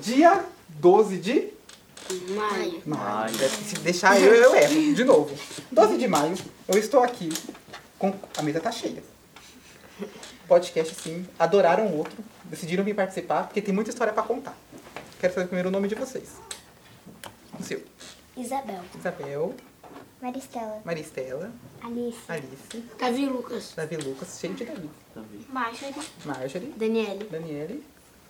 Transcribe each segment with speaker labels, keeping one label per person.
Speaker 1: Dia 12 de
Speaker 2: Maio.
Speaker 1: maio. Se é deixar eu, eu erro. De novo. 12 de maio, eu estou aqui. Com... A mesa tá cheia. Podcast, sim. Adoraram o outro. Decidiram vir participar, porque tem muita história pra contar. Quero saber primeiro o nome de vocês. O seu.
Speaker 3: Isabel,
Speaker 1: Isabel,
Speaker 3: Maristela,
Speaker 1: Maristela,
Speaker 3: Alice,
Speaker 1: Alice,
Speaker 2: Davi Tá Lucas.
Speaker 1: Davi Lucas, cheio de Davi.
Speaker 3: Marjorie,
Speaker 1: Marjorie,
Speaker 2: Daniele.
Speaker 1: Daniele,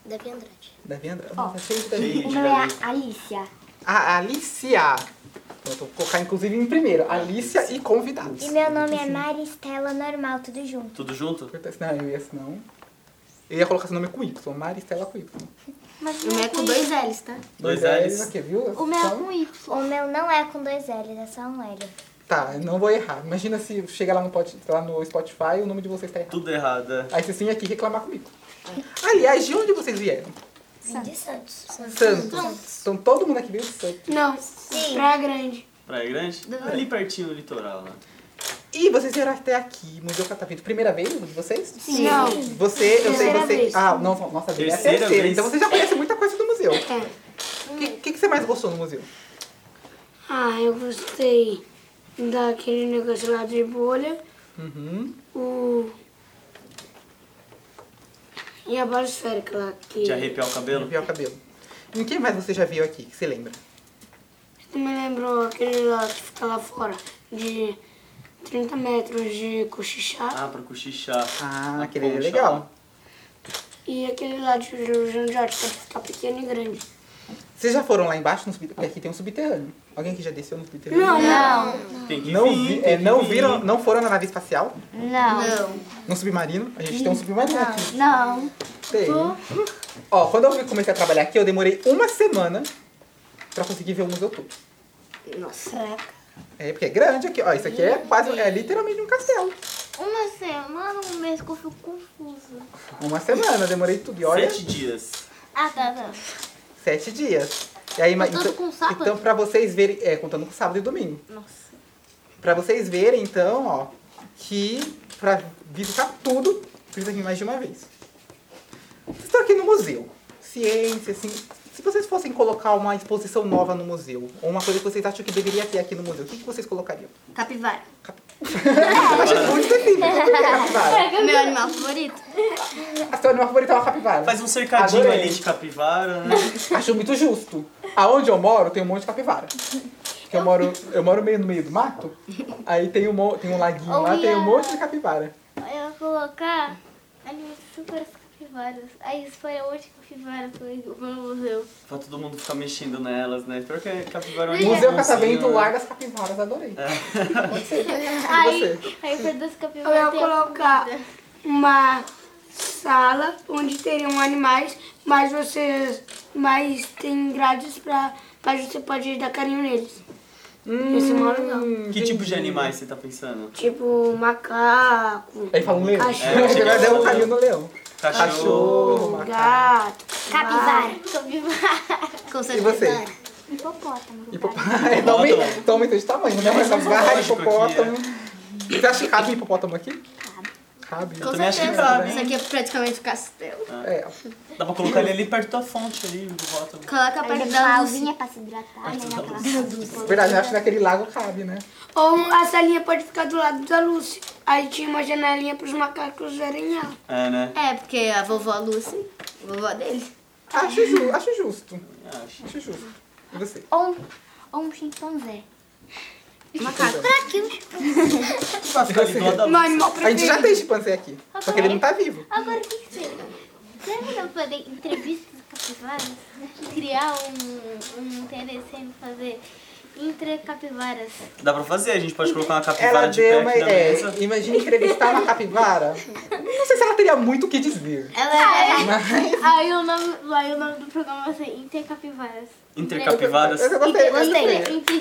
Speaker 3: Davi Andrade.
Speaker 1: Davi Andrade. Nossa, cheio de Davi.
Speaker 3: O meu é a Alicia
Speaker 1: A Alicia. Pronto, vou colocar inclusive em primeiro. Alicia e convidados.
Speaker 3: e meu nome é Maristela Normal, tudo junto.
Speaker 4: Tudo junto?
Speaker 1: Não, eu ia senão. Eu ia colocar seu nome com Y, Maristela com Y.
Speaker 3: Mas
Speaker 2: O meu é com dois L's, tá?
Speaker 4: Dois Ls.
Speaker 1: aqui, viu?
Speaker 3: O meu é
Speaker 1: Então,
Speaker 3: com Y. O meu não é com dois L's, é só um L.
Speaker 1: Tá, eu não vou errar. Imagina se chega lá no, pod- lá no Spotify e o nome de vocês tá errado.
Speaker 4: Tudo errado, é.
Speaker 1: Aí vocês vêm aqui reclamar comigo. Aliás, de onde vocês vieram?
Speaker 3: De Santos.
Speaker 1: Santos. Então todo mundo aqui veio de Santos.
Speaker 2: Não. Praia Grande.
Speaker 4: Praia Grande? Ali pertinho do litoral, né?
Speaker 1: E vocês vieram até aqui, Museu Catavento. Primeira vez um de vocês?
Speaker 2: Sim. Não.
Speaker 1: Você, eu sei
Speaker 2: Terceira
Speaker 1: você.
Speaker 2: vez.
Speaker 1: Ah, não, nossa, é a
Speaker 4: Terceira
Speaker 1: terceira.
Speaker 4: vez.
Speaker 1: Então você já conhece muita coisa do museu. O
Speaker 2: É.
Speaker 1: que, que, que você mais gostou no museu?
Speaker 2: Ah, eu gostei daquele negócio lá de bolha.
Speaker 1: Uhum.
Speaker 2: O... E a bola esférica lá. Que...
Speaker 4: De arrepiar o cabelo?
Speaker 1: Viu o cabelo. Em que mais você já viu aqui, que você lembra?
Speaker 2: Tu me lembrou aquele lá que fica lá fora. De 30 metros de cochichar.
Speaker 4: Ah, pra cochichar.
Speaker 1: Ah,
Speaker 4: Na
Speaker 1: aquele é
Speaker 4: concha,
Speaker 1: legal.
Speaker 2: E aquele lá de Lujão de Arte, que fica pequeno e grande.
Speaker 1: Vocês já foram lá embaixo? No subterrâneo? Porque aqui tem um subterrâneo. Alguém que já desceu no subterrâneo?
Speaker 2: Não, não.
Speaker 4: lá. Tem que
Speaker 1: Não,
Speaker 4: vir,
Speaker 1: vi-
Speaker 4: tem
Speaker 1: é,
Speaker 4: que
Speaker 1: não
Speaker 4: vir.
Speaker 1: viram, não foram na nave espacial?
Speaker 3: Não.
Speaker 1: No submarino? A gente tem um submarino aqui.
Speaker 3: Não.
Speaker 1: Tem. Ó, quando eu comecei a trabalhar aqui, eu demorei uma semana pra conseguir ver o museu todo.
Speaker 2: Nossa.
Speaker 1: É, porque é grande aqui, ó. Isso aqui é quase, é literalmente um castelo.
Speaker 3: Uma semana, um mês que eu fico confusa.
Speaker 1: Uma semana, eu demorei tudo. E olha,
Speaker 4: Sete dias.
Speaker 3: Ah, tá, tá.
Speaker 1: sete dias. E aí, mas-
Speaker 3: Contando
Speaker 1: então,
Speaker 3: com sábado?
Speaker 1: então, pra vocês verem, é, contando com sábado e domingo.
Speaker 3: Nossa.
Speaker 1: Pra vocês verem, então, ó, que pra visitar tudo, precisa vir mais de uma vez. Vocês estão aqui no museu. Ciência, assim. Se vocês fossem colocar uma exposição nova no museu, ou uma coisa que vocês acham que deveria ter aqui no museu, o que, que vocês colocariam?
Speaker 2: Capivara.
Speaker 1: Eu achei muito difícil. Por que capivara?
Speaker 2: Meu animal favorito.
Speaker 1: A sua animal favorita é uma capivara.
Speaker 4: Faz um cercadinho
Speaker 1: Adorei.
Speaker 4: ali de capivara, né?
Speaker 1: Acho muito justo. Aonde eu moro tem um monte de capivara. Porque eu moro, eu moro meio no meio do mato, aí tem um, mo- tem um laguinho lá, tem um monte de capivara.
Speaker 3: Eu vou colocar ali super capivaras. Aí isso foi a última capivara que eu vou no museu.
Speaker 4: pra todo mundo ficar mexendo nelas, né? Pior que é capivara é um
Speaker 1: Museu
Speaker 4: bom
Speaker 1: Catavento,
Speaker 4: senhor.
Speaker 1: Lar das Capivaras, adorei.
Speaker 4: É.
Speaker 1: Pode ser. E
Speaker 3: Aí,
Speaker 1: você?
Speaker 3: aí foi duas
Speaker 2: Eu
Speaker 3: capivaras.
Speaker 2: ia
Speaker 3: e eu-
Speaker 2: colocar uma sala onde teriam animais, mas você mas tem grades pra. Mas você pode dar carinho neles. Esse é mó legal.
Speaker 1: Hum,
Speaker 4: Que tipo de animais você tá pensando?
Speaker 2: Tipo macaco,
Speaker 1: Aí fala um leão.
Speaker 2: Cachorro.
Speaker 1: É, Ele vai dar um carinho no leão.
Speaker 4: Cachorro.
Speaker 2: gato,
Speaker 3: Capivara. Capivara.
Speaker 2: Tá
Speaker 1: E você?
Speaker 3: Hipopótamo.
Speaker 1: Hipopótamo. Então aumenta- Então aumenta de tamanho,
Speaker 4: É,
Speaker 1: né? Mas vai,
Speaker 4: zoológico aqui,
Speaker 1: hipopótamo. Você acha que cabe um hipopótamo aqui? Cabe.
Speaker 4: Eu
Speaker 1: Cabe.
Speaker 4: também acho que cabe,
Speaker 5: Isso
Speaker 4: hein?
Speaker 5: aqui é praticamente um castelo.
Speaker 1: É.
Speaker 4: Dá pra colocar ele ali perto da fonte ali, do rótulo.
Speaker 5: Coloca a parte
Speaker 3: Uma
Speaker 5: da luz.
Speaker 3: alvinha pra se hidratar, né? Naquela
Speaker 1: Verdade, eu acho que naquele lago cabe, né?
Speaker 2: Ou a salinha pode ficar do lado da Lucy. Aí tinha uma janelinha pros macacos verem ela.
Speaker 4: É, né?
Speaker 5: É, porque a vovó Lucy, a vovó dele.
Speaker 1: Acho, ju- acho justo.
Speaker 4: Acho.
Speaker 1: Acho justo. E você?
Speaker 3: Ou um, ou um chimpanzé.
Speaker 5: Macaco.
Speaker 4: Vai ficar ali do lado da
Speaker 2: Meu animal
Speaker 1: A gente já
Speaker 2: preferido.
Speaker 1: tem chimpanzé aqui. Só que ele não tá vivo.
Speaker 3: Agora o que que você. Será que eu vou fazer entrevistas com capivaras? Criar um, um TDC fazer entre capivaras.
Speaker 4: Dá pra fazer, a gente pode colocar uma
Speaker 1: Ela
Speaker 4: capivara de pé
Speaker 1: deu uma.
Speaker 4: aqui na
Speaker 1: É,
Speaker 4: mesa.
Speaker 1: imagina entrevistar uma capivara. Não sei se ela teria muito o que dizer.
Speaker 5: Ela é.
Speaker 1: Mas.
Speaker 3: Aí o nome, aí o nome do programa vai ser Entre Capivaras.
Speaker 4: Entre capivaras.
Speaker 1: Eu gostei, eu gostei.
Speaker 3: Entre,
Speaker 1: Gostei.
Speaker 3: entre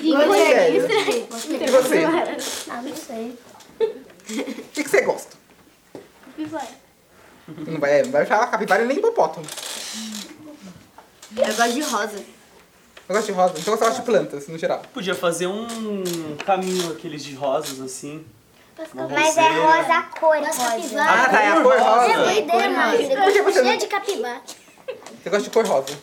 Speaker 3: gigantes.
Speaker 1: E você?
Speaker 3: Capivaras. Ah, não sei.
Speaker 1: O que, que você gosta?
Speaker 3: Capivara.
Speaker 1: Não vai, é, não vai falar capivara nem hipopótamo.
Speaker 5: Eu gosto de rosa.
Speaker 1: Gosta Eu gosto de rosa, então eu gosto de plantas, no geral.
Speaker 4: Podia fazer um caminho aqueles de rosas assim. Uma
Speaker 6: Mas é
Speaker 4: roseira.
Speaker 6: rosa a cor, rosa.
Speaker 1: Ah, tá, é a cor rosa.
Speaker 6: Doideira, mano. Cheia de capibara.
Speaker 1: Você gosta de cor rosa.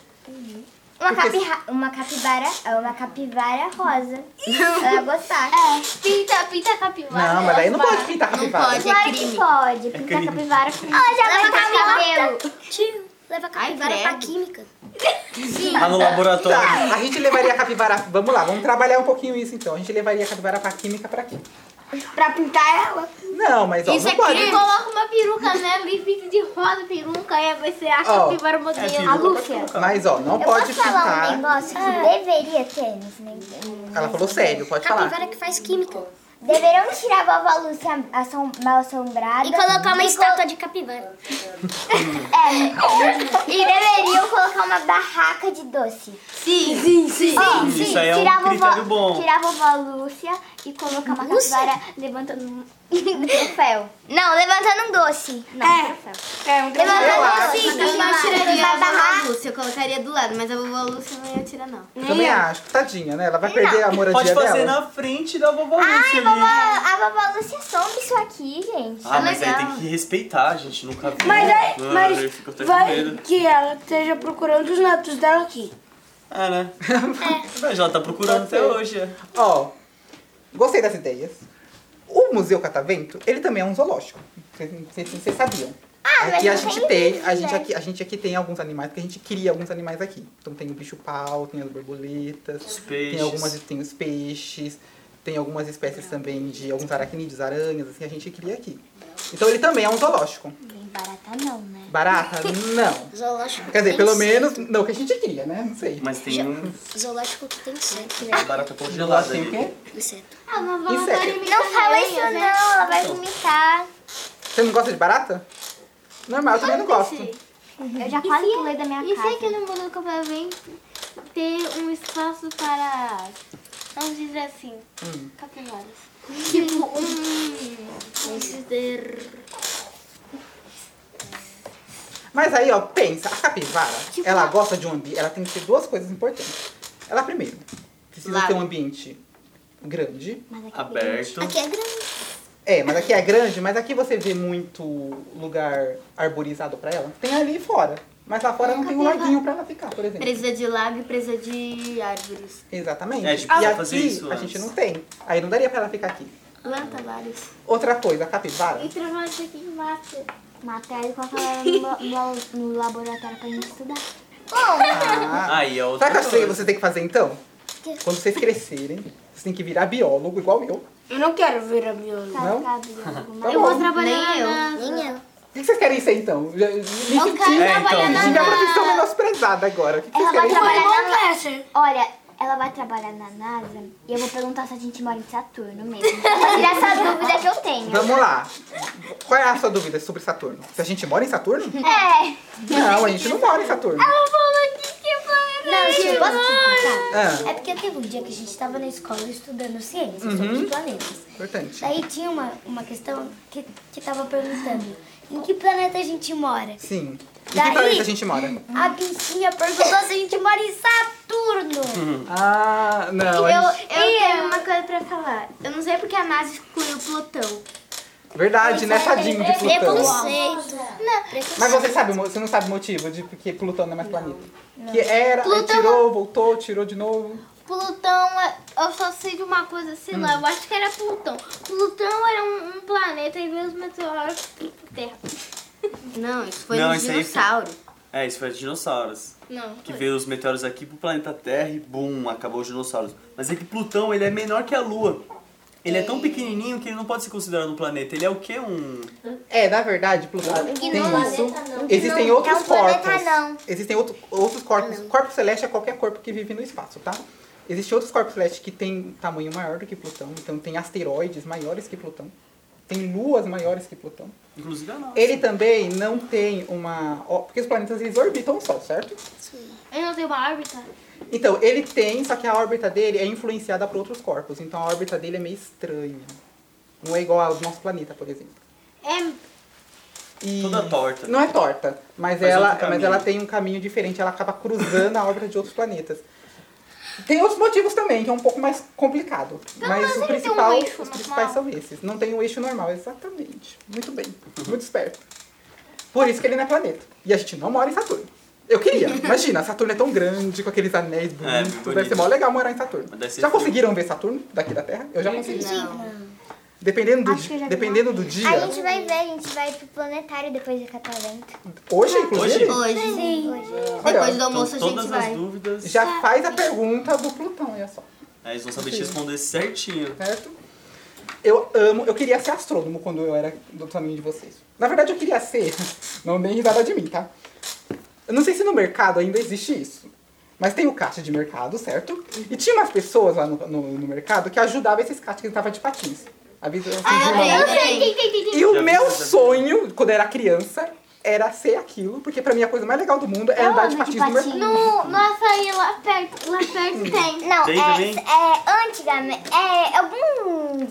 Speaker 6: Uma, capira, uma capibara, uma capivara rosa. Ela ia gostar. É.
Speaker 3: Pinta, pinta a capivara.
Speaker 1: Não, mas daí não pode pintar
Speaker 5: Não
Speaker 1: capivara.
Speaker 5: pode, é
Speaker 6: Claro que
Speaker 5: crime.
Speaker 6: pode. Pintar
Speaker 4: crime.
Speaker 6: capivara com... Ah, já
Speaker 3: Leva
Speaker 6: vai cabelo. Tio,
Speaker 5: capivara
Speaker 6: leva capivara é
Speaker 5: pra
Speaker 6: pra química.
Speaker 4: Lá Ah, no laboratório.
Speaker 1: Tá, a gente levaria a capivara. Vamos lá, vamos trabalhar um pouquinho isso então. A gente levaria a capivara pra química pra quê?
Speaker 2: Pra pintar ela.
Speaker 1: Não, mas ó,
Speaker 5: Isso
Speaker 1: não
Speaker 5: é
Speaker 1: pode.
Speaker 5: crime.
Speaker 3: Coloca uma peruca nela e fica de roda a peruca. Aí vai ser a
Speaker 1: Ó,
Speaker 3: capivara
Speaker 4: É,
Speaker 3: modelo.
Speaker 4: filho,
Speaker 3: a
Speaker 4: pode
Speaker 3: Lúcia.
Speaker 4: colocar.
Speaker 1: Mas ó, não
Speaker 6: Eu
Speaker 1: pode
Speaker 6: posso falar um
Speaker 1: pintar.
Speaker 6: negócio que deveria ter né? nesse negócio?
Speaker 1: Ela falou sério, pode falar.
Speaker 6: que faz química. Deveriam tirar a vovó Lúcia assom- mal assombrada. E colocar uma estátua de capivara. é. E deveriam colocar uma barraca de doce.
Speaker 5: Sim, sim, sim.
Speaker 6: Sim,
Speaker 4: Isso aí é um
Speaker 6: tirar a vovó-
Speaker 4: critério bom.
Speaker 6: Tirar a vovó Lúcia e colocar uma capivara levantando um um troféu. Não, levantando um doce. Não,
Speaker 2: É.
Speaker 6: um troféu.
Speaker 2: É, um
Speaker 6: Levantando
Speaker 1: Eu
Speaker 6: um
Speaker 1: acho.
Speaker 6: doce.
Speaker 5: Eu não tiraria a
Speaker 6: Vai barrar.
Speaker 5: vovó Lúcia, eu colocaria do lado, mas a vovó Lúcia não ia tirar, não.
Speaker 1: Eu
Speaker 6: É.
Speaker 1: Também acho, tadinha, né? Ela vai perder a moradia
Speaker 4: Pode fazer
Speaker 1: dela.
Speaker 4: na frente da vovó Lúcia ali.
Speaker 6: A vovó Lúcia some isso aqui, gente.
Speaker 4: Ah, mas aí tem que respeitar, gente. Nunca viu.
Speaker 2: Mas aí,
Speaker 4: Ah, aí
Speaker 2: mas
Speaker 4: fico até com
Speaker 2: vai
Speaker 4: medo.
Speaker 2: que ela esteja procurando os netos dela aqui.
Speaker 4: Ah, né? Mas ela tá procurando até hoje. é.
Speaker 1: Ó, gostei das ideias. O Museu Catavento, ele também é um zoológico. Vocês- Vocês vocês sabiam.
Speaker 6: Ah, mas
Speaker 1: aqui a
Speaker 6: não
Speaker 1: gente
Speaker 6: tem
Speaker 1: tem,
Speaker 6: bicho,
Speaker 1: a gente
Speaker 6: né?
Speaker 1: aqui, a gente aqui tem alguns animais, porque a gente cria alguns animais aqui. Então tem o bicho pau, tem as borboletas,
Speaker 4: Os
Speaker 1: tem
Speaker 4: peixes.
Speaker 1: algumas tem os peixes, tem algumas espécies também de alguns aracnídeos, aranhas, assim, a gente cria aqui. Então ele também é um zoológico.
Speaker 6: Nem barata não, né?
Speaker 1: Barata? Não.
Speaker 6: Zoológico
Speaker 1: Quer dizer, pelo menos, não que a gente cria, né? Não sei.
Speaker 4: Mas tem um
Speaker 6: Zoológico que tem sempre,
Speaker 4: uma barata
Speaker 1: Lá
Speaker 4: congelada
Speaker 1: tem o
Speaker 4: ali.
Speaker 1: quê?
Speaker 6: Inseto.
Speaker 3: Ah, mas
Speaker 1: Isso
Speaker 3: vamos
Speaker 1: é-
Speaker 3: dar limite
Speaker 6: Não fala isso
Speaker 3: aranha,
Speaker 6: não,
Speaker 3: né?
Speaker 6: ela vai vomitar.
Speaker 1: Você não gosta de barata? Normal, eu também não gosto.
Speaker 3: é
Speaker 6: Eu já quase pulei da minha
Speaker 3: E se
Speaker 6: casa.
Speaker 3: aqui no mundo do acampamento ter um espaço para, vamos dizer assim,
Speaker 1: Hum.
Speaker 3: capivaras? Tipo um, vamos dizer,
Speaker 1: Mas aí, ó, pensa, a capivara, ela gosta de um ambiente. Ela tem que ter duas coisas importantes. Ela primeiro, precisa
Speaker 5: Lago.
Speaker 1: ter um ambiente grande.
Speaker 4: Aberto.
Speaker 6: é grande.
Speaker 1: É, mas aqui é grande, mas aqui você vê muito lugar arborizado pra ela. Tem ali fora. Mas lá fora não tem um laguinho pra ela ficar, por exemplo.
Speaker 5: Precisa de lago e precisa de árvores.
Speaker 1: Exatamente.
Speaker 4: É, a gente precisa
Speaker 1: e
Speaker 4: fazer
Speaker 1: aqui a
Speaker 4: isso antes.
Speaker 1: gente não tem. Aí não daria pra ela ficar aqui.
Speaker 5: Planta vários.
Speaker 1: Outra coisa, a capivara.
Speaker 3: entra mais aqui e mata.
Speaker 6: Mata ela e coloca ela no, la- no- no laboratório pra gente estudar.
Speaker 1: Ah,
Speaker 4: Aí é outra
Speaker 1: Sabe o que você-
Speaker 4: coisa.
Speaker 1: você tem que fazer então? Quando vocês crescerem, vocês têm que virar biólogo, igual eu.
Speaker 2: Eu não quero ver a bióloga.
Speaker 6: Pra
Speaker 1: Não?
Speaker 6: ficar abrindo alguma-
Speaker 1: Tá
Speaker 3: Eu vou
Speaker 1: bom.
Speaker 3: trabalhar
Speaker 5: Nem eu.
Speaker 3: na
Speaker 1: O que vocês querem ser então? Já-
Speaker 6: um
Speaker 1: Me senti,
Speaker 3: quero
Speaker 4: É, então,
Speaker 3: trabalhar
Speaker 1: me
Speaker 3: na
Speaker 1: senti a profissão menosprezada agora. O que vocês
Speaker 6: né? Ela vai
Speaker 1: querem ser?
Speaker 2: Foi
Speaker 6: trabalhar
Speaker 2: bom
Speaker 6: na
Speaker 2: pra essa.
Speaker 6: Olha, ela vai trabalhar na NASA e eu vou perguntar se a gente mora em Saturno mesmo. Pra tirar essa dúvida que eu tenho.
Speaker 1: Vamos lá. Qual é a sua dúvida sobre Saturno? Se a gente mora em Saturno?
Speaker 6: É.
Speaker 1: Não, a gente não mora em Saturno.
Speaker 6: Não, tipo gente, posso te contar?
Speaker 1: Ah,
Speaker 6: É porque teve um dia que a gente estava na escola estudando ciência sobre os planetas.
Speaker 1: importante.
Speaker 6: Daí tinha uma, uma questão que, que tava perguntando em que planeta a gente mora.
Speaker 1: Sim. E que
Speaker 6: É. Daí-
Speaker 1: planeta a gente mora?
Speaker 6: A bichinha perguntou se a gente mora em Saturno.
Speaker 4: Uhum.
Speaker 1: Ah, não. a gente-
Speaker 3: Eu tenho uma coisa pra falar. Eu não sei porque a NASA excluiu o Plutão.
Speaker 1: Verdade, né? Tadinho
Speaker 6: é
Speaker 1: de Plutão.
Speaker 6: Preconceito.
Speaker 1: Mas você, sabe, o mo- você não sabe o motivo de porque Plutão não é mais planeta? Que era, aí tirou, voltou, tirou de novo.
Speaker 3: Plutão, é- eu só sei de uma coisa, sei lá, eu acho que era Plutão. Plutão era um, um planeta e veio os meteoros pro Terra.
Speaker 5: Não, isso foi
Speaker 4: Não,
Speaker 5: um
Speaker 4: isso aí-
Speaker 5: dinossauro.
Speaker 4: É, isso foi de dinossauros.
Speaker 3: Não.
Speaker 4: Que veio os meteoros aqui pro planeta Terra e bum, acabou os dinossauros. Mas é que Plutão, ele é menor que a Lua. Ele é tão pequenininho que ele não pode ser considerado um planeta. Ele é o quê? Um...
Speaker 1: É, na verdade, Plutão tem isso. Existem
Speaker 6: não.
Speaker 1: outros
Speaker 6: É um planeta
Speaker 1: corpos.
Speaker 6: não.
Speaker 1: Existem outro- outros corpos. Corpo celeste é qualquer corpo que vive no espaço, tá? Existem outros corpos celestes que têm tamanho maior do que Plutão. Então tem asteroides maiores que Plutão. Tem luas maiores que Plutão.
Speaker 4: Inclusive ah, a nossa.
Speaker 1: Ele também não tem uma... ó, Porque os planetas, eles orbitam o Sol, certo?
Speaker 3: Ele não tem uma órbita?
Speaker 1: Então, ele tem, só que a órbita dele é influenciada por outros corpos. Então a órbita dele é meio estranha. Não é igual ao do nosso planeta, por exemplo.
Speaker 3: É,
Speaker 1: E-
Speaker 4: Toda torta.
Speaker 1: Não é torta, mas,
Speaker 4: Mas
Speaker 1: ela,
Speaker 4: outro
Speaker 1: mas
Speaker 4: caminho.
Speaker 1: ela tem um caminho diferente. Ela acaba cruzando a órbita de outros planetas. Tem outros motivos também, que é um pouco mais complicado. mas
Speaker 6: menos
Speaker 1: o
Speaker 6: ele tem um
Speaker 1: principal,
Speaker 6: eixo
Speaker 1: os principais
Speaker 6: normal.
Speaker 1: são esses. Não tem o eixo normal, exatamente. Muito bem, muito esperto. Por isso que ele não é planeta. E a gente não mora em Saturno. Eu queria, imagina, Saturno é tão grande, com aqueles anéis
Speaker 4: É, bem
Speaker 1: bonitos. deve
Speaker 4: bonito.
Speaker 1: ser mó legal morar em Saturno.
Speaker 4: Mas deve ser
Speaker 1: Já
Speaker 4: frio.
Speaker 1: conseguiram ver Saturno daqui da Terra? Eu já consegui.
Speaker 5: Não.
Speaker 1: Dependendo do,
Speaker 2: Acho que eu já vi
Speaker 1: dependendo do dia.
Speaker 6: A gente vai ver, a gente vai pro planetário depois de catavento.
Speaker 1: Hoje, inclusive?
Speaker 5: Hoje.
Speaker 6: Hoje.
Speaker 5: Depois do
Speaker 1: Olha,
Speaker 5: almoço
Speaker 4: então,
Speaker 5: a gente
Speaker 4: todas
Speaker 5: vai.
Speaker 4: as dúvidas,
Speaker 1: Já faz a pergunta do Plutão, olha só.
Speaker 4: aí eles vão saber te responder certinho.
Speaker 1: certo? Eu amo, eu queria ser astrônomo quando eu era do tamanho de vocês. Na verdade, eu queria ser, não deem risada de mim, tá? Eu não sei se no mercado ainda existe isso, mas tem o caixa de mercado, certo? E tinha umas pessoas lá no, no, no mercado que ajudavam esses caixas que estavam de patins. Avisa assim, de uma-
Speaker 5: Ah, eu sei.
Speaker 1: e
Speaker 4: Já
Speaker 1: o
Speaker 4: vi
Speaker 1: meu
Speaker 4: isso, já vi.
Speaker 1: sonho, quando eu era criança, era ser aquilo, porque pra mim a coisa mais legal do mundo é andar de patins no mercado.
Speaker 3: Hum,
Speaker 6: No, no açaí lá perto, lá perto tem. Não,
Speaker 4: Tem
Speaker 6: é,
Speaker 4: também?
Speaker 6: é antigamente, é, alguns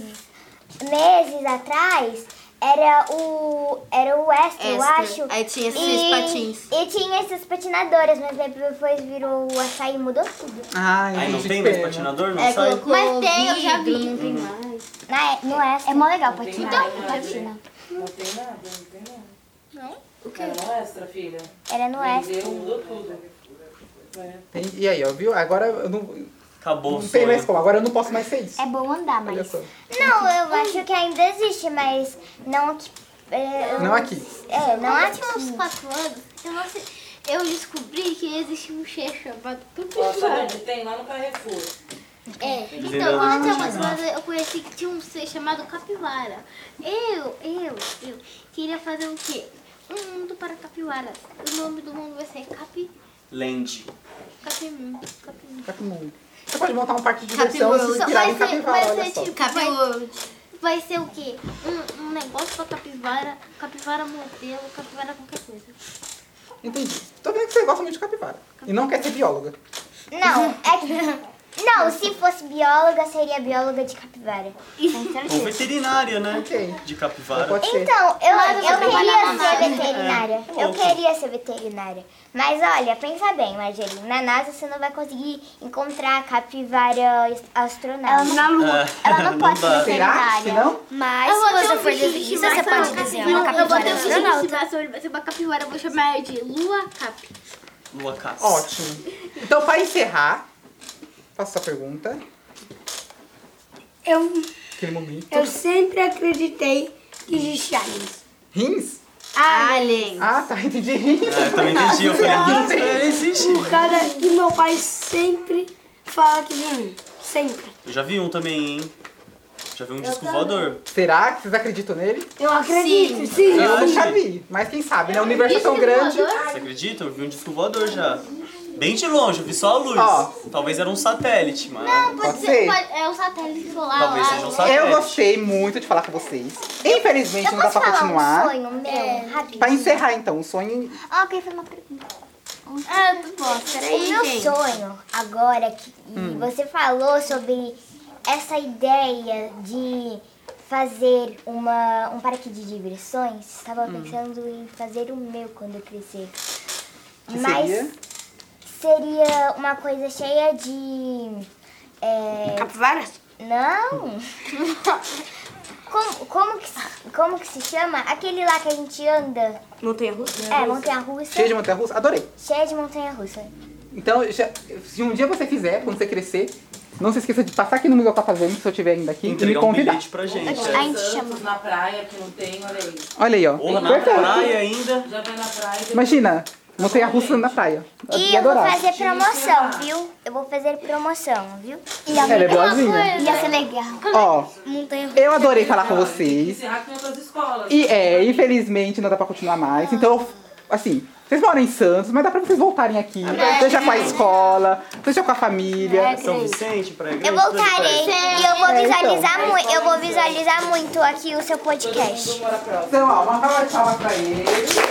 Speaker 6: meses atrás, era o, era o Extra, eu
Speaker 5: Extra.
Speaker 6: acho.
Speaker 5: Aí tinha esses
Speaker 6: e,
Speaker 5: patins.
Speaker 6: E tinha esses patinadores, mas depois virou o açaí, mudou tudo.
Speaker 1: Ai,
Speaker 4: Aí não
Speaker 1: gente,
Speaker 4: tem
Speaker 1: que
Speaker 4: mais
Speaker 1: pena.
Speaker 4: patinador, não
Speaker 5: É,
Speaker 4: sai?
Speaker 5: colocou
Speaker 6: Mas tem, eu já
Speaker 5: vidro,
Speaker 6: vi.
Speaker 5: Não tem mais.
Speaker 6: Na, no Extra. É mó legal patinar. Então, patina.
Speaker 7: Não tem nada, não tem nada.
Speaker 5: O quê?
Speaker 7: Era um extra, filha.
Speaker 6: Era no Extra.
Speaker 7: Vendeu, mudou tudo. É.
Speaker 1: Tem- E aí, ó, viu? Agora eu não,
Speaker 4: Acabou o
Speaker 1: Não tem mais
Speaker 4: sonho.
Speaker 1: como, agora eu não posso mais ser isso.
Speaker 6: É bom andar,
Speaker 1: Olha
Speaker 6: mas...
Speaker 1: só.
Speaker 6: Não, eu acho que ainda existe, mas não aqui. É,
Speaker 1: Não aqui.
Speaker 6: é, não
Speaker 3: Quando eu
Speaker 6: aqui.
Speaker 3: tinha uns 4 anos, eu, não sei- eu descobri que existe um cheiro chamado
Speaker 7: Ó, sabe
Speaker 3: Tupinambá.
Speaker 7: onde tem? Lá no Carrefour.
Speaker 3: É, então
Speaker 4: Eles ainda
Speaker 3: quando eu
Speaker 4: não
Speaker 3: tinha
Speaker 4: tinham.
Speaker 3: anos, eu conheci que tinha um ser chamado capivara. Eu, eu, eu queria fazer o quê? Um mundo para capivaras. O nome do mundo vai ser Capi...
Speaker 4: Land.
Speaker 3: Capimundo. Capimundo.
Speaker 1: Capimundo. Tá Você pode montar um parque de diversão e se
Speaker 5: Capimundo.
Speaker 1: inspirar em
Speaker 3: Vai ser-
Speaker 1: capivara,
Speaker 3: vai
Speaker 1: olha
Speaker 3: ser
Speaker 1: só.
Speaker 3: é, tipo-
Speaker 5: Cap World.
Speaker 3: Vai ser o quê? Um, um negócio pra capivara, capivara modelo, capivara qualquer coisa.
Speaker 1: Entendi. Tô vendo que você gosta muito de capivara. E não quer ser bióloga.
Speaker 6: Não, é que. Não, se fosse bióloga, seria bióloga de capivara. Com
Speaker 4: Ou
Speaker 6: certeza.
Speaker 4: veterinária, né?
Speaker 1: Ok.
Speaker 4: De capivara.
Speaker 1: Pode ser.
Speaker 6: Então, eu,
Speaker 3: Mas você
Speaker 6: eu
Speaker 3: trabalha
Speaker 6: queria
Speaker 3: na
Speaker 6: ser
Speaker 3: NASA.
Speaker 6: veterinária.
Speaker 4: É,
Speaker 6: Eu
Speaker 4: louco.
Speaker 6: queria ser veterinária. Mas olha, pensa bem, Margelin. Na NASA você não vai conseguir encontrar a capivara est- astronauta.
Speaker 2: Na lua.
Speaker 6: Ela não pode
Speaker 4: É, dá.
Speaker 6: ser
Speaker 1: Será que
Speaker 6: veterinária.
Speaker 1: não?
Speaker 6: Mas
Speaker 3: vou
Speaker 6: se
Speaker 3: ter
Speaker 6: você
Speaker 3: um
Speaker 6: for
Speaker 3: bichinho
Speaker 6: desenhar,
Speaker 3: que
Speaker 6: isso,
Speaker 3: vai
Speaker 6: você
Speaker 3: ser uma
Speaker 6: pode desenhar uma
Speaker 3: capivara. Eu vou ter
Speaker 6: capivara
Speaker 3: um bichinho que
Speaker 6: astronauta.
Speaker 3: vai ser- vai ser uma capivara, eu vou chamar ela de Lua Cap.
Speaker 4: Lua Caps.
Speaker 1: Ótimo. Então, pra encerrar, faço a pergunta.
Speaker 2: Eu,
Speaker 1: Aquele momento.
Speaker 2: eu sempre acreditei que existe aliens.
Speaker 1: Rins?
Speaker 5: Alien.
Speaker 1: Ah, tá. Entendi rins.
Speaker 4: Ah, eu também entendi. Eu falei,
Speaker 1: Não
Speaker 4: não,
Speaker 1: tem.
Speaker 4: não existe.
Speaker 2: Por causa que meu pai sempre fala que viu um. Sempre.
Speaker 4: Eu já vi um também, hein? Já vi um disco voador.
Speaker 1: Será que vocês acreditam nele?
Speaker 2: Eu acredito, sim.
Speaker 4: Eu
Speaker 1: Eu
Speaker 4: acho.
Speaker 1: nunca vi. Mas quem sabe, né? O universo é tão
Speaker 3: Disco
Speaker 1: grande.
Speaker 3: voador?
Speaker 4: Você acredita? Eu vi um disco voador já. Bem de longe, eu vi só a luz.
Speaker 1: Ó.
Speaker 4: Talvez era um satélite, mas.
Speaker 1: Pode
Speaker 3: Pode
Speaker 1: ser.
Speaker 3: ser, pode- é um satélite solar.
Speaker 4: Talvez
Speaker 3: lá,
Speaker 4: seja um
Speaker 3: né?
Speaker 4: satélite.
Speaker 1: Eu gostei muito de falar com vocês. Infelizmente,
Speaker 6: Eu
Speaker 1: não dá
Speaker 6: posso
Speaker 1: pra
Speaker 6: falar um
Speaker 1: continuar.
Speaker 6: sonho meu, rapidinho?
Speaker 1: Pra encerrar, então, o sonho
Speaker 6: Ah, ok, foi uma pergunta.
Speaker 3: Ah, eu tô bom,
Speaker 6: o
Speaker 3: peraí,
Speaker 6: meu
Speaker 3: gente.
Speaker 6: sonho agora é que e você falou sobre essa ideia de fazer uma, um parque de diversões, estava pensando em fazer o meu quando eu crescer.
Speaker 1: que
Speaker 6: Mas
Speaker 1: seria...
Speaker 6: seria uma coisa cheia de. é,
Speaker 2: Capivaras?
Speaker 6: não! como, como, que, se- como que se chama? Aquele lá que a gente anda.
Speaker 2: Montanha russa?
Speaker 6: É, montanha russa.
Speaker 1: Cheio de montanha-russa? Adorei.
Speaker 6: Cheia de montanha russa.
Speaker 1: Então, já- se um dia você fizer, quando você crescer, não se esqueça de passar aqui no Museu Catavento, se eu estiver ainda aqui, e me
Speaker 4: Entregar um
Speaker 1: convidar.
Speaker 4: bilhete pra gente.
Speaker 6: A
Speaker 4: é.
Speaker 6: gente
Speaker 7: Santos,
Speaker 6: chama.
Speaker 7: Na praia, que não tem, olha aí.
Speaker 1: Olha aí, ó.
Speaker 4: Porra, na
Speaker 1: Perfeito.
Speaker 4: praia ainda.
Speaker 7: Já vai na praia. e
Speaker 1: Imagina, montanha russa na praia.
Speaker 6: E
Speaker 1: ia
Speaker 6: eu vou
Speaker 1: adorar.
Speaker 6: fazer promoção, viu? Eu vou fazer promoção, viu?
Speaker 1: Ela é boazinha.
Speaker 6: Ia ser legal.
Speaker 1: Ó,
Speaker 6: Montanha
Speaker 1: eu adorei falar com
Speaker 7: depois- Tem que
Speaker 1: vocês.
Speaker 7: encerrar com outras escolas.
Speaker 1: E é, infelizmente não dá pra continuar mais. Então, assim, vocês moram em Santos, mas dá pra vocês voltarem aqui. Seja com a escola, seja com a família.
Speaker 4: São Vicente, pra igreja.
Speaker 6: Eu voltarei e eu vou visualizar muito, eu vou visualizar muito aqui o seu podcast.
Speaker 1: Então, ó, uma palma de palmas pra eles.